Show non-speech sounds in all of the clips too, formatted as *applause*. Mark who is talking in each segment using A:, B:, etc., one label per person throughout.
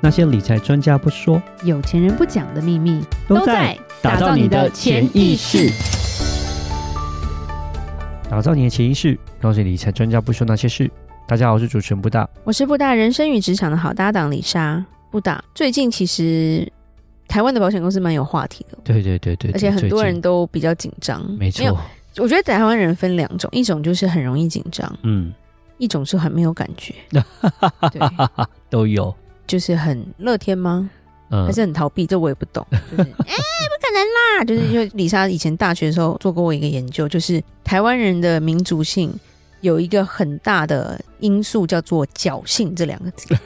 A: 那些理财专家不说，
B: 有钱人不讲的秘密
A: 打造你的潜意识。打造你的潜意识，告诉你理财专家不说那些事。大家好，我是主持人布大。
B: 我是布大人生与职场的好搭档李莎。布大最近其实台湾的保险公司蛮有话题的，
A: 对对对对，
B: 而且很多人
A: 最
B: 都比较紧张。
A: 近没
B: 有，
A: 错，
B: 我觉得台湾人分两种，一种就是很容易紧张，
A: 嗯，
B: 一种是很没有感
A: *laughs*
B: 觉，对，
A: 都有，
B: 就是很乐天吗？还
A: 嗯
B: 是很逃避？这我也不懂。就是 *laughs* 哎、不可能啦！就是因为李莎以前大学的时候做过我一个研究，就是台湾人的民族性有一个很大的因素叫做“侥幸”这两个
A: *laughs*
B: 字。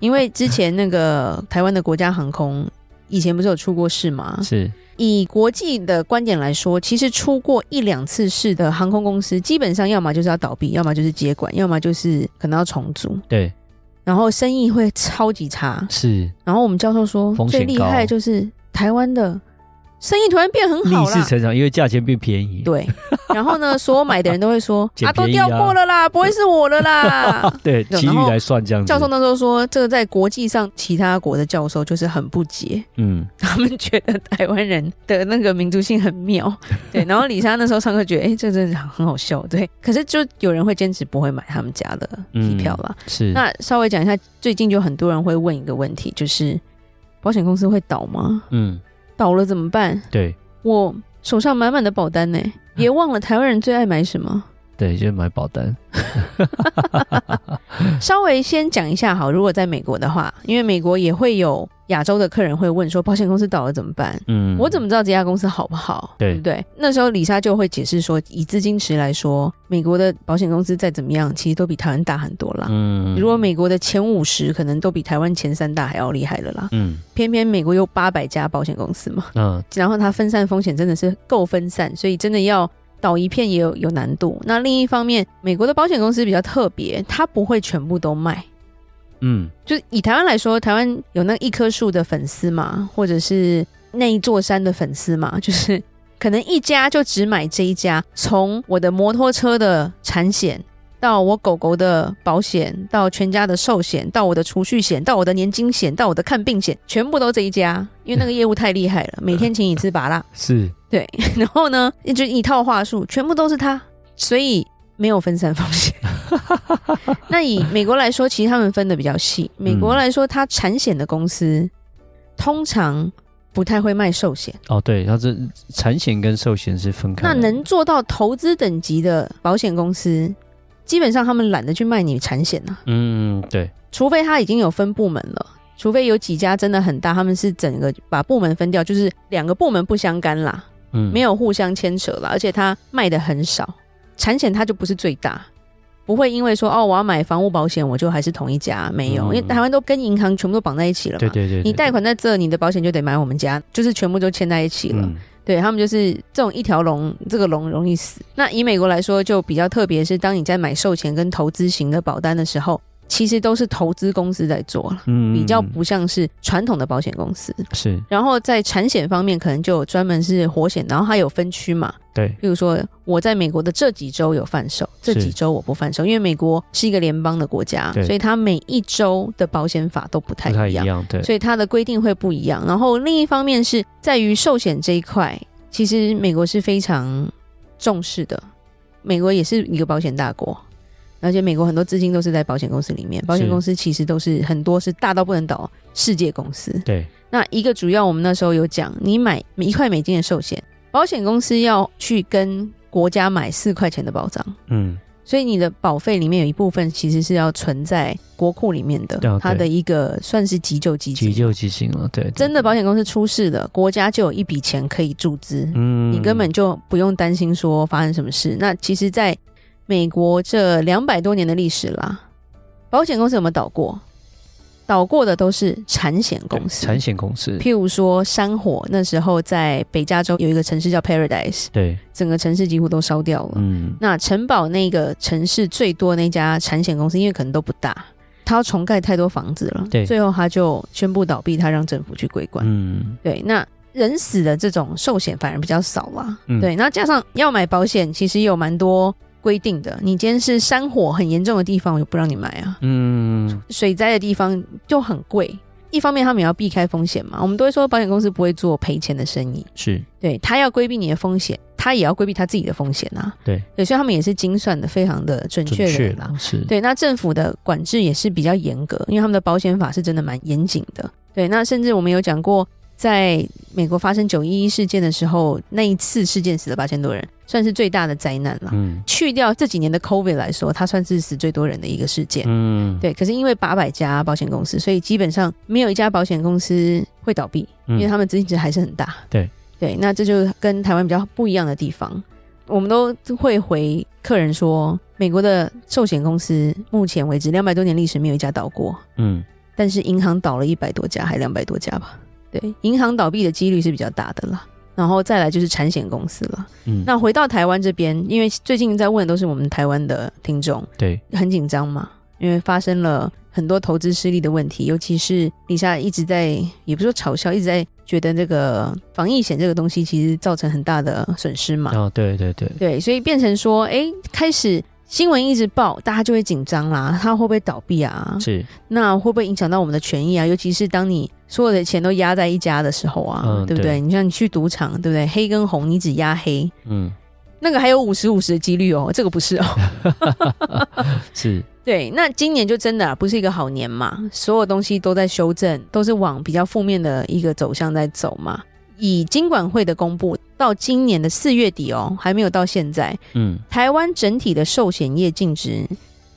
B: 因为之前那个台湾的国家航空以前不是有出过事吗？
A: 是，
B: 以国际的观点来说，其实出过一两次事的航空公司，基本上要么就是要倒闭，要么就是接管，要么就是可能要重组，
A: 对
B: 然后生意会超级差。
A: 是
B: 然后我们教授说
A: 风，险
B: 最
A: 高
B: 厉害就是台湾的生意突然变很
A: 逆
B: 好
A: 势
B: 啦。
A: 成长，因为价钱变便宜。
B: 对，然后呢，所有买的人都
A: *laughs*
B: 会说
A: 捡
B: 都
A: 便宜啊
B: 掉过了啦，不会是我
A: *laughs*
B: 了啦。
A: 对，
B: 然
A: 几率
B: 后
A: 来算这样子。
B: 教授那时候说，这个在国际上其他国的教授就是很不解，
A: 嗯，
B: *laughs* 他们觉得台湾人的那个民族性很妙，对。然后李莎那时候上课觉得，哎、这真的很好笑，对。可是就有人会坚持不会买他们家的机票啦。
A: 是
B: 那稍微讲一下，最近就很多人会问一个问题，就是保险公司会倒吗？
A: 嗯，
B: 倒了怎么办？
A: 对
B: 我手上满满的保单呢、别忘了台湾人最爱买什么。
A: 对，就是买保单。
B: 稍微先讲一下好，如果在美国的话，因为美国也会有亚洲的客人会问说，保险公司倒了怎么办？
A: 嗯，
B: 我怎么知道这家公司好不好？
A: 对
B: 不对？那时候李莎就会解释说，以资金池来说，美国的保险公司再怎么样，其实都比台湾大很多啦。
A: 嗯
B: 如果美国的前五十，可能都比台湾前三大还要厉害了啦。
A: 嗯
B: 偏偏美国有八百家保险公司嘛，
A: 嗯
B: 然后它分散风险真的是够分散，所以真的要倒一片也有有难度。那另一方面，美国的保险公司比较特别，它不会全部都卖。
A: 嗯
B: 就是以台湾来说，台湾有那一棵树的粉丝嘛，或者是那一座山的粉丝嘛， *laughs* 就是可能一家就只买这一家，从我的摩托车的产险。到我狗狗的保险，到全家的寿险，到我的储蓄险，到我的年金险，到我的看病险，全部都这一家，因为那个业务太厉害了，每天请你吃拔辣，
A: 是
B: 对， *laughs* 然后呢，就一套话术，全部都是他，所以没有分散风险。那以美国来说，其实他们分的比较细。美国来说，它产险的公司通常不太会卖寿险，
A: 哦，对，它这产险跟寿险是分开
B: 那
A: 的。
B: 能做到投资等级的保险公司，基本上他们懒得去卖你产险了、
A: 嗯对
B: 除非他已经有分部门了。除非有几家真的很大，他们是整个把部门分掉，就是两个部门不相干啦。
A: 嗯
B: 没有互相牵扯啦，而且它卖的很少，产险它就不是最大，不会因为说哦我要买房屋保险，我就还是同一家，没有，
A: 嗯
B: 因为台湾都跟银行全部都绑在一起了嘛。
A: 对对对，
B: 你贷款在这，你的保险就得买我们家，就是全部都牵在一起了。
A: 嗯
B: 对他们就是这种一条龙，这个龙容易死。那以美国来说，就比较特别，是当你在买寿险跟投资型的保单的时候，其实都是投资公司在做了，
A: 嗯
B: 比较不像是传统的保险公司。
A: 是
B: 然后在产险方面，可能就有专门是活险，然后它有分区嘛。
A: 对
B: 比如说，我在美国的这几周有贩售，这几周我不贩售，因为美国是一个联邦的国家，
A: 对
B: 所以它每一周的保险法都不太
A: 不太
B: 一
A: 一
B: 样，
A: 样，对
B: 所以它的规定会不一样。然后另一方面是在于寿险这一块，其实美国是非常重视的，美国也是一个保险大国。而且美国很多资金都是在保险公司里面，保险
A: 是
B: 公司其实都是很多是大到不能倒世界公司，
A: 对
B: 那一个主要我们那时候有讲，你买一块美金的寿险，保险公司要去跟国家买四块钱的保障，
A: 嗯
B: 所以你的保费里面有一部分其实是要存在国库里面的
A: 对啊，
B: 它的一个算是急救基
A: 急
B: 金。
A: 救基金了，对对
B: 真的保险公司出事了，国家就有一笔钱可以注资，
A: 嗯
B: 你根本就不用担心说发生什么事。那其实，在美国这两百多年的历史啦，保险公司有没有倒过？倒过的都是产险公司。
A: 产险公司，
B: 譬如说山火，那时候在北加州有一个城市叫 Paradise，
A: 对，
B: 整个城市几乎都烧掉了。
A: 嗯，
B: 那城堡那个城市最多那家产险公司，因为可能都不大，他要重盖太多房子了，
A: 对
B: 最后他就宣布倒闭，他让政府去归管。
A: 嗯，
B: 对，那人死的这种寿险反而比较少啦。
A: 嗯
B: 对，那加上要买保险，其实有蛮多规定的。你今天是山火很严重的地方，我就不让你买啊；
A: 嗯，
B: 水灾的地方就很贵。一方面，他们也要避开风险嘛。我们都会说，保险公司不会做赔钱的生意，
A: 是，
B: 对他要规避你的风险，他也要规避他自己的风险啊。
A: 对，
B: 对，所以他们也是精算的非常的准
A: 准
B: 确
A: 确
B: 的啦。
A: 的，是，
B: 对，那政府的管制也是比较严格，因为他们的保险法是真的蛮严谨的。对，那甚至我们有讲过，在美国发生九一一事件的时候，那一次事件死了八千多人，算是最大的灾难了。
A: 嗯
B: 去掉这几年的 COVID 来说，它算是死最多人的一个事件。
A: 嗯，
B: 对，可是因为八百家保险公司，所以基本上没有一家保险公司会倒闭，
A: 嗯，
B: 因为他们资金值还是很大。
A: 对
B: 对，那这就跟台湾比较不一样的地方。我们都会回客人说，美国的寿险公司目前为止两百多年历史没有一家倒过，
A: 嗯，
B: 但是银行倒了一百多家，还两百多家吧。对，银行倒闭的几率是比较大的啦。然后再来就是产险公司了。
A: 嗯，
B: 那回到台湾这边，因为最近在问的都是我们台湾的听众，
A: 对，
B: 很紧张嘛，因为发生了很多投资失利的问题，尤其是李莎一直在，也不是说嘲笑，一直在觉得这个防疫险这个东西其实造成很大的损失嘛。
A: 哦，对对对，
B: 对，所以变成说，哎，开始新闻一直报，大家就会紧张啦，它会不会倒闭啊？
A: 是，
B: 那会不会影响到我们的权益啊？尤其是当你所有的钱都压在一家的时候啊，
A: 嗯
B: 对不
A: 对
B: 对？你像你去赌场，对不对？黑跟红，你只压黑，
A: 嗯，
B: 那个还有五十五十的几率哦，这个不是哦。
A: 是，
B: 对，那今年就真的、啊、不是一个好年嘛，所有东西都在修正，都是往比较负面的一个走向在走嘛。以金管会的公布，到今年的四月底哦，还没有到现在，
A: 嗯，
B: 台湾整体的寿险业净值，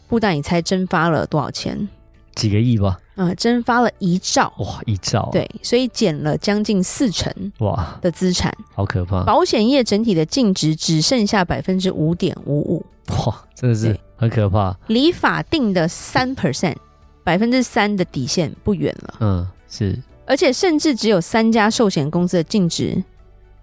B: 不但你猜蒸发了多少钱？
A: 几个亿吧，
B: 啊、蒸发了一兆，
A: 哇，一兆，，
B: 对，所以减了将近四成
A: 哇，
B: 的资产。
A: 好可怕，
B: 保险业整体的净值只剩下百分之五点五五，
A: 哇，真的是
B: 对
A: 很可怕，
B: 离法定的三 percent，百分之三的底线不远了。
A: 嗯，是，
B: 而且甚至只有三家寿险公司的净值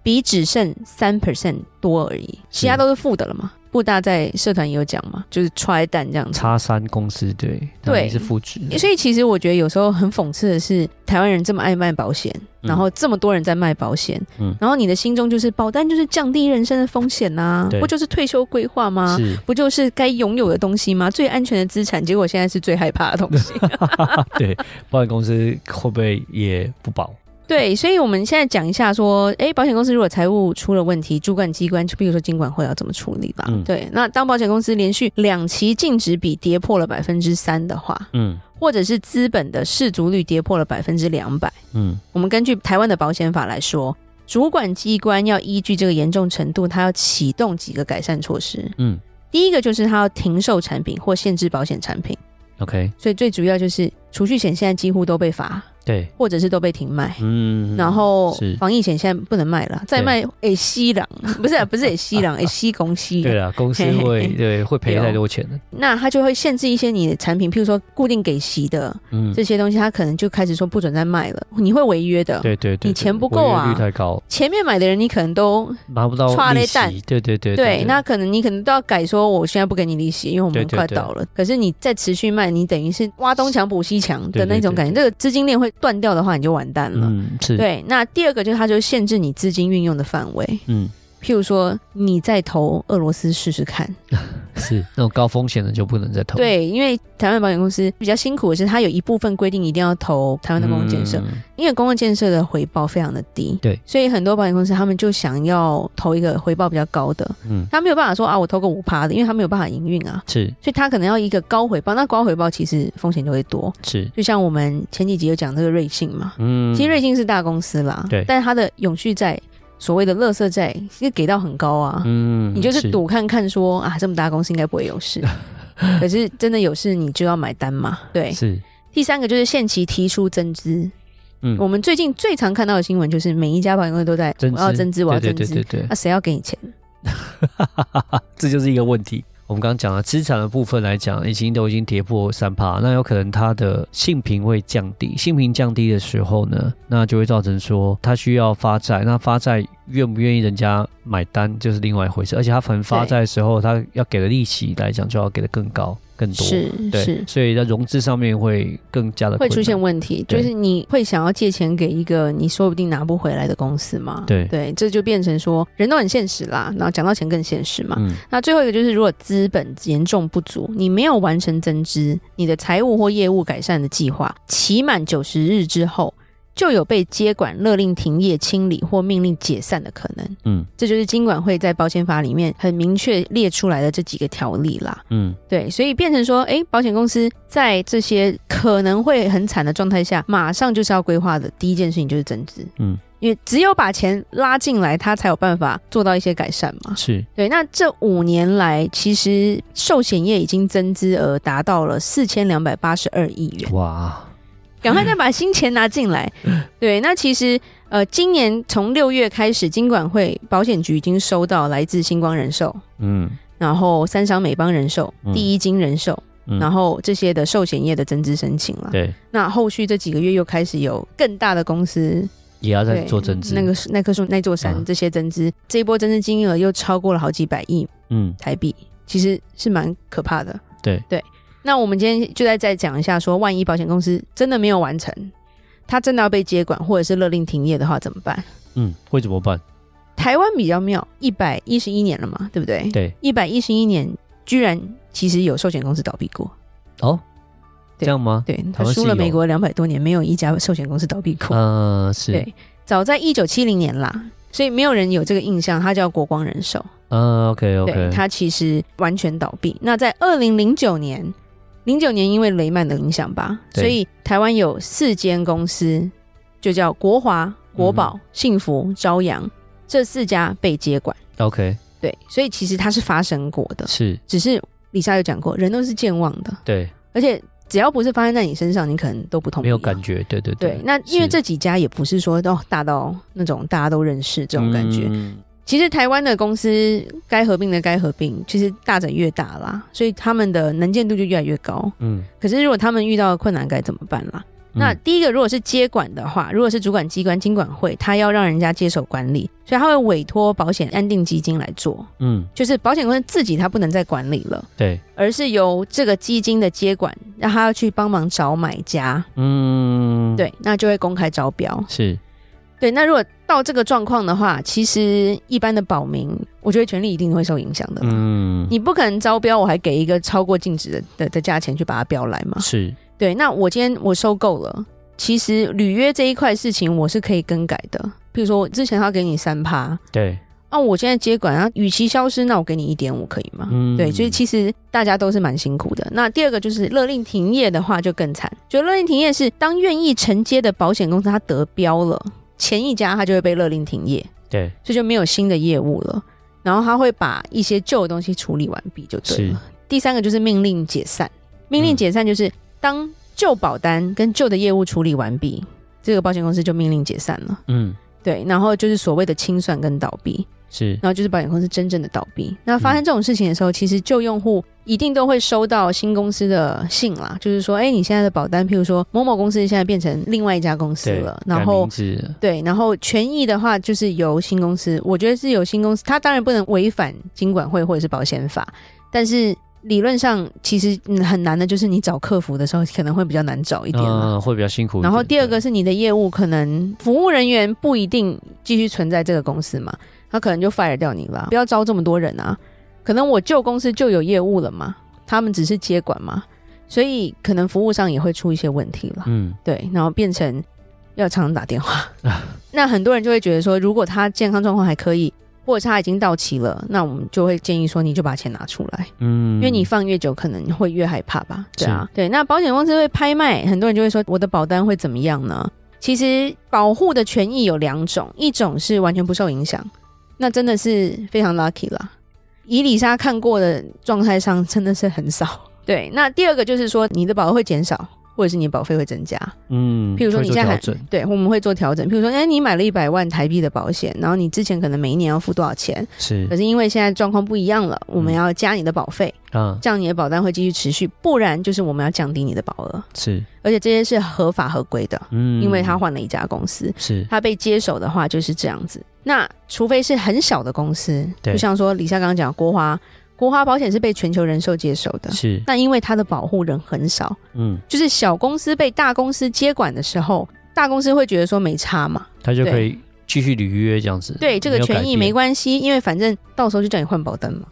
B: 比只剩三 percent 多而已，
A: 是
B: 其他都是负的了嘛。布大在社团也有讲嘛，就是 try 蛋这样子。
A: 叉三公司，对，他们
B: 对
A: 是负值的，
B: 所以其实我觉得有时候很讽刺的是，台湾人这么爱卖保险，
A: 嗯
B: 然后这么多人在卖保险，
A: 嗯
B: 然后你的心中就是保单就是降低人生的风险呐、
A: 对
B: 不就是退休规划吗？
A: 是，
B: 不就是该拥有的东西吗？最安全的资产，结果现在是最害怕的东西。
A: 啊
B: *laughs*
A: 对，保险公司会不会也不保？
B: 对，所以我们现在讲一下说，诶，保险公司如果财务出了问题，主管机关就比如说金管会要怎么处理吧。
A: 嗯
B: 对，那当保险公司连续两期净值比跌破了百分之三的话，
A: 嗯
B: 或者是资本的市足率跌破了百分之两百，
A: 嗯
B: 我们根据台湾的保险法来说，主管机关要依据这个严重程度，它要启动几个改善措施。
A: 嗯
B: 第一个就是它要停售产品或限制保险产品，
A: ，OK，
B: 所以最主要就是储蓄险现在几乎都被罚，
A: 对，
B: 或者是都被停卖。
A: 嗯，
B: 然后
A: 是
B: 防疫险现在不能卖了，再卖诶西朗 *laughs* 不是啊不是诶西
A: *laughs*
B: 朗诶西公西，
A: 对啊了，公司
B: 嘿嘿
A: 会
B: 嘿哦
A: 对会赔
B: 有
A: 太多钱的，
B: 那它就会限制一些你的产品，譬如说固定给息的
A: 嗯，
B: 这些东西，它可能就开始说不准再卖了，你会违约的。
A: 对对对，
B: 你钱
A: 对
B: 不
A: 违
B: 够
A: 约
B: 啊
A: 率太高，
B: 前面买的人你可能都
A: 拿不到
B: 刷
A: 利
B: 嘞蛋
A: 息，对对对
B: 对，那可能你可能都要改说，我现在不给你利息，因为我
A: 对
B: 们
A: 对
B: 快
A: 对
B: 倒了。可是你再持续卖，你等于是挖东墙补西墙的那
A: 对对
B: 种
A: 对
B: 感觉，这个资金链会断掉的话，你就完蛋了。
A: 嗯是，
B: 对，那第二个就是它就限制你资金运用的范围，
A: 嗯
B: 譬如说你再投俄罗斯试试看，
A: 是 *laughs* 那种高风险的就不能再投，
B: 对，因为台湾保险公司比较辛苦的是，它有一部分规定一定要投台湾
A: 嗯，
B: 的公共建设，因为公共建设的回报非常的低，
A: 对
B: 所以很多保险公司他们就想要投一个回报比较高的，
A: 嗯
B: 他没有办法说啊，我投个五趴的，因为他没有办法营运啊，
A: 是
B: 所以他可能要一个高回报，那高回报其实风险就会多，
A: 是，
B: 就像我们前几集有讲这个瑞信嘛，
A: 嗯，
B: 其实瑞信是大公司啦，
A: 对
B: 但是它的永续债，所谓的垃圾债，其实给到很高啊，
A: 嗯
B: 你就是赌看看说啊，这么大公司应该不会
A: *laughs*
B: 有事，可是真的有事你就要买单嘛。对，
A: 是，
B: 第三个就是限期提出增资。
A: 嗯
B: 我们最近最常看到的新闻就是每一家保险公司都在
A: 增
B: 我要
A: 资
B: 增资，我要啊
A: 对
B: 增
A: 对
B: 资
A: 对，对对，
B: 那谁要给你钱？
A: 这就是一个问题。我们刚刚讲了资产的部分来讲，已经都已经跌破三趴，那有可能它的性平会降低。性平降低的时候呢，那就会造成说它需要发债，那发债愿不愿意人家买单就是另外一回事。而且它可能发
B: 对
A: 债的时候，它要给的利息来讲就要给的更高、更多。
B: 是
A: 对
B: 是，。
A: 所以在融资上面会更加的
B: 会出
A: 困难
B: 现问题，就
A: 对
B: 是你会想要借钱给一个你说不定拿不回来的公司嘛？
A: 对
B: 对，这就变成说人都很现实啦，然后讲到钱更现实嘛。
A: 嗯，
B: 那最后一个就是，如果资本严重不足，你没有完成增资，你的财务或业务改善的计划，期满九十日之后，就有被接管勒令停业、清理或命令解散的可能。
A: 嗯
B: 这就是金管会在保险法里面很明确列出来的这几个条例啦。
A: 嗯，
B: 对，所以变成说，诶，保险公司在这些可能会很惨的状态下，马上就是要规划的第一件事情就是增资。
A: 嗯，
B: 因为只有把钱拉进来，它才有办法做到一些改善嘛。
A: 嗯是
B: 对，那这五年来，其实寿险业已经增资额达到了四千两百八十二亿元，
A: 哇，
B: 赶快再把新钱拿进来。
A: 嗯
B: 对，那其实呃，今年从六月开始，金管会保险局已经收到来自星光人寿，
A: 嗯
B: 然后三商美邦人寿、
A: 嗯
B: 第一金人寿，
A: 嗯，
B: 然后这些的寿险业的增资申请了。
A: 对，
B: 那后续这几个月又开始有更大的公司
A: 也要再
B: 对
A: 做增资，
B: 那个是那棵树那座山、
A: 嗯
B: 这些增资，这一波增资金额又超过了好几百亿
A: 嗯
B: 台币，其实是蛮可怕的。
A: 对
B: 对，那我们今天就再再讲一下说万一保险公司真的没有完成，它真的要被接管或者是勒令停业的话怎么办？
A: 嗯，会怎么办？
B: 台湾比较妙，一百一十一年了嘛，对不对？
A: 对，
B: 一百一十一年居然其实有寿险公司倒闭过，
A: 哦，
B: 对
A: 这样吗？
B: 对，
A: 台
B: 他
A: 湾是
B: 输了美
A: 有
B: 国两百多年，没有一家寿险公司倒闭过。
A: 嗯，是，
B: 对，早在一九七零年啦，所以没有人有这个印象，它叫国光人寿。
A: 嗯，OK OK，
B: 对，它其实完全倒闭。那在二零零九年，零九年因为雷曼的影响吧，
A: 对
B: 所以台湾有四间公司，就叫国华、国宝、
A: 嗯
B: 幸福、朝阳这四家被接管。
A: OK
B: 对，所以其实它是发生过的，
A: 是，
B: 只是李莎有讲过，人都是健忘的，
A: 对，
B: 而且只要不是发生在你身上，你可能都不痛不
A: 没有
B: 痒
A: 感觉，对对
B: 啊对，那因为这几家也不是说哦大到那种大家都认识这种感觉。
A: 嗯
B: 其实台湾的公司该合并的该合并，其实大者越大啦，所以他们的能见度就越来越高。
A: 嗯，
B: 可是如果他们遇到困难该怎么办啦？那
A: 嗯
B: 第一个，如果是接管的话，如果是主管机关经管会，他要让人家接手管理，所以他会委托保险安定基金来做，
A: 嗯，
B: 就是保险公司自己他不能再管理了，
A: 对，
B: 而是由这个基金的接管，让他要去帮忙找买家，
A: 嗯，，
B: 对，那就会公开招标。
A: 是，
B: 对，那如果到这个状况的话，其实一般的保民，我觉得权利一定会受影响的。
A: 嗯，
B: 你不可能招标，我还给一个超过禁止的的的价钱去把它标来嘛？
A: 是，
B: 对，那我今天我收购了，其实履约这一块事情我是可以更改的。比如说我之前他给你三趴，
A: 对，
B: 那、我现在接管，啊，与其消失，那我给你一点五可以吗？
A: 嗯，
B: 对，所以其实大家都是蛮辛苦的。那第二个就是勒令停业的话就更惨，就勒令停业是当愿意承接的保险公司它得标了，前一家它就会被勒令停业，
A: 对，
B: 所以就没有新的业务了。然后他会把一些旧的东西处理完毕就对
A: 是
B: 了。第三个就是命令解散，命令解散就是当旧保单跟旧的业务处理完毕，这个保险公司就命令解散了。
A: 嗯，
B: 对，然后就是所谓的清算跟倒闭。
A: 是，
B: 然后就是保险公司真正的倒闭。那发生这种事情的时候，其实旧用户一定都会收到新公司的信啦，就是说，哎，你现在的保单，譬如说某某公司现在变成另外一家公司
A: 对
B: 了，，
A: 改
B: 然后
A: 名。字
B: 对，然后权益的话就是由新公司，我觉得是由新公司，它当然不能违反金管会或者是保险法，但是理论上其实嗯很难的，就是你找客服的时候可能会比较难找一点啦、
A: 嗯，会比较辛苦一点。
B: 然后第二个
A: 对，
B: 是你的业务可能服务人员不一定继续存在这个公司嘛，他可能就 fire 掉你了，不要招这么多人啊。可能我旧公司就有业务了嘛，他们只是接管嘛，所以可能服务上也会出一些问题了。
A: 嗯，
B: 对，然后变成要常常打电话。
A: 啊
B: *laughs* 那很多人就会觉得说，如果他健康状况还可以，或者是他已经到期了，那我们就会建议说，你就把钱拿出来。
A: 嗯，
B: 因为你放越久，可能会越害怕吧？
A: 是
B: 对啊，对。那保险公司会拍卖，很多人就会说我的保单会怎么样呢？其实保护的权益有两种，一种是完全不受影响，那真的是非常 lucky 啦。以李莎看过的状态上，真的是很少。对，那第二个就是说你的保额会减少，或者是你的保费会增加。
A: 嗯，
B: 譬如说
A: 会
B: 你
A: 做
B: 现在
A: 调
B: 还
A: 整，
B: 对，我们会做调整。譬如说，哎，你买了一百万台币的保险，然后你之前可能每一年要付多少钱，可
A: 是
B: 是因为现在状况不一样了，我们
A: 嗯
B: 要加你的保费，
A: 啊，
B: 这样你的保单会继续持续，不然就是我们要降低你的保额，
A: 是，
B: 而且这些是合法合规的，
A: 嗯，
B: 因为他换了一家公司，
A: 是
B: 他被接手的话就是这样子。那除非是很小的公司，
A: 对
B: 就像说李夏刚刚讲的国华，国华保险是被全球人寿接手的，
A: 是，
B: 那因为它的保护人很少，
A: 嗯，
B: 就是小公司被大公司接管的时候，大公司会觉得说没差嘛，
A: 他就
B: 对
A: 可以继续履约这样子。
B: 对这个
A: 嗯有改
B: 权益没
A: 变
B: 关系，因为反正到时候就叫你换保单
A: *laughs*
B: 嘛。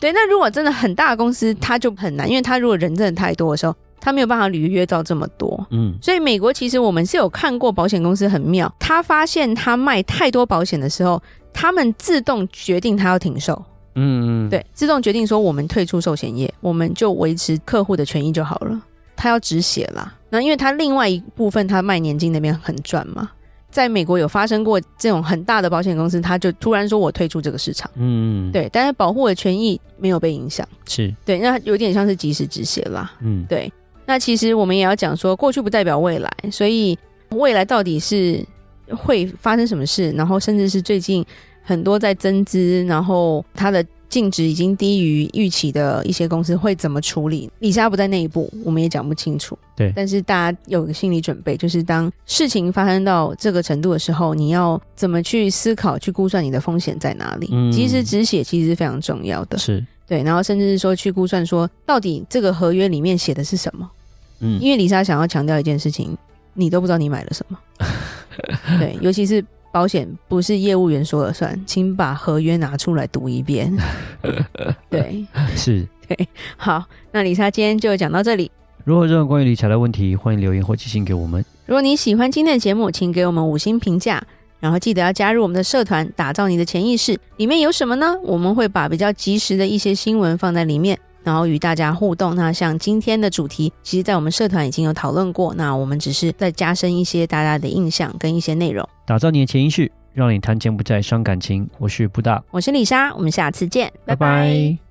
B: 对，那如果真的很大的公司，它就很难，因为它如果人真的太多的时候，它没有办法履约到这么多。
A: 嗯，
B: 所以美国其实我们是有看过保险公司很妙，他发现他卖太多保险的时候，他们自动决定他要停售，
A: 嗯嗯，
B: 对，自动决定说我们退出寿险业，我们就维持客户的权益就好了。他要止血啦，那因为他另外一部分他卖年金那边很赚嘛，在美国有发生过这种很大的保险公司，他就突然说我退出这个市场，
A: 嗯，嗯，
B: 对，但是保护的权益没有被影响，
A: 是，
B: 对，那有点像是及时止血啦。
A: 嗯，
B: 对，那其实我们也要讲说，过去不代表未来，所以未来到底是会发生什么事，然后甚至是最近很多在增资，然后它的净值已经低于预期的一些公司会怎么处理？李莎不在那一步，我们也讲不清楚。
A: 对
B: 但是大家有个心理准备，就是当事情发生到这个程度的时候，你要怎么去思考、去估算你的风险在哪里？
A: 嗯
B: 及时止血其实是非常重要的。
A: 是，
B: 对，然后甚至是说去估算说，到底这个合约里面写的是什么？
A: 嗯，
B: 因为李莎想要强调一件事情，你都不知道你买了什么。对，尤其是保险不是业务员说了算，请把合约拿出来读一遍。对，
A: 是。
B: 好，那李莎今天就讲到这里。
A: 如何有任何关于理财的问题，欢迎留言或寄信给我们。
B: 如果你喜欢今天的节目，请给我们五星评价，然后记得要加入我们的社团，打造你的潜意识。里面有什么呢？我们会把比较及时的一些新闻放在里面。然后与大家互动。那像今天的主题，其实在我们社团已经有讨论过，那我们只是再加深一些大家的印象跟一些内容。
A: 打造你的潜意识，让你谈钱不再伤感情。我是布大，
B: 我是李莎，我们下次见，拜
A: 拜
B: 拜。
A: 拜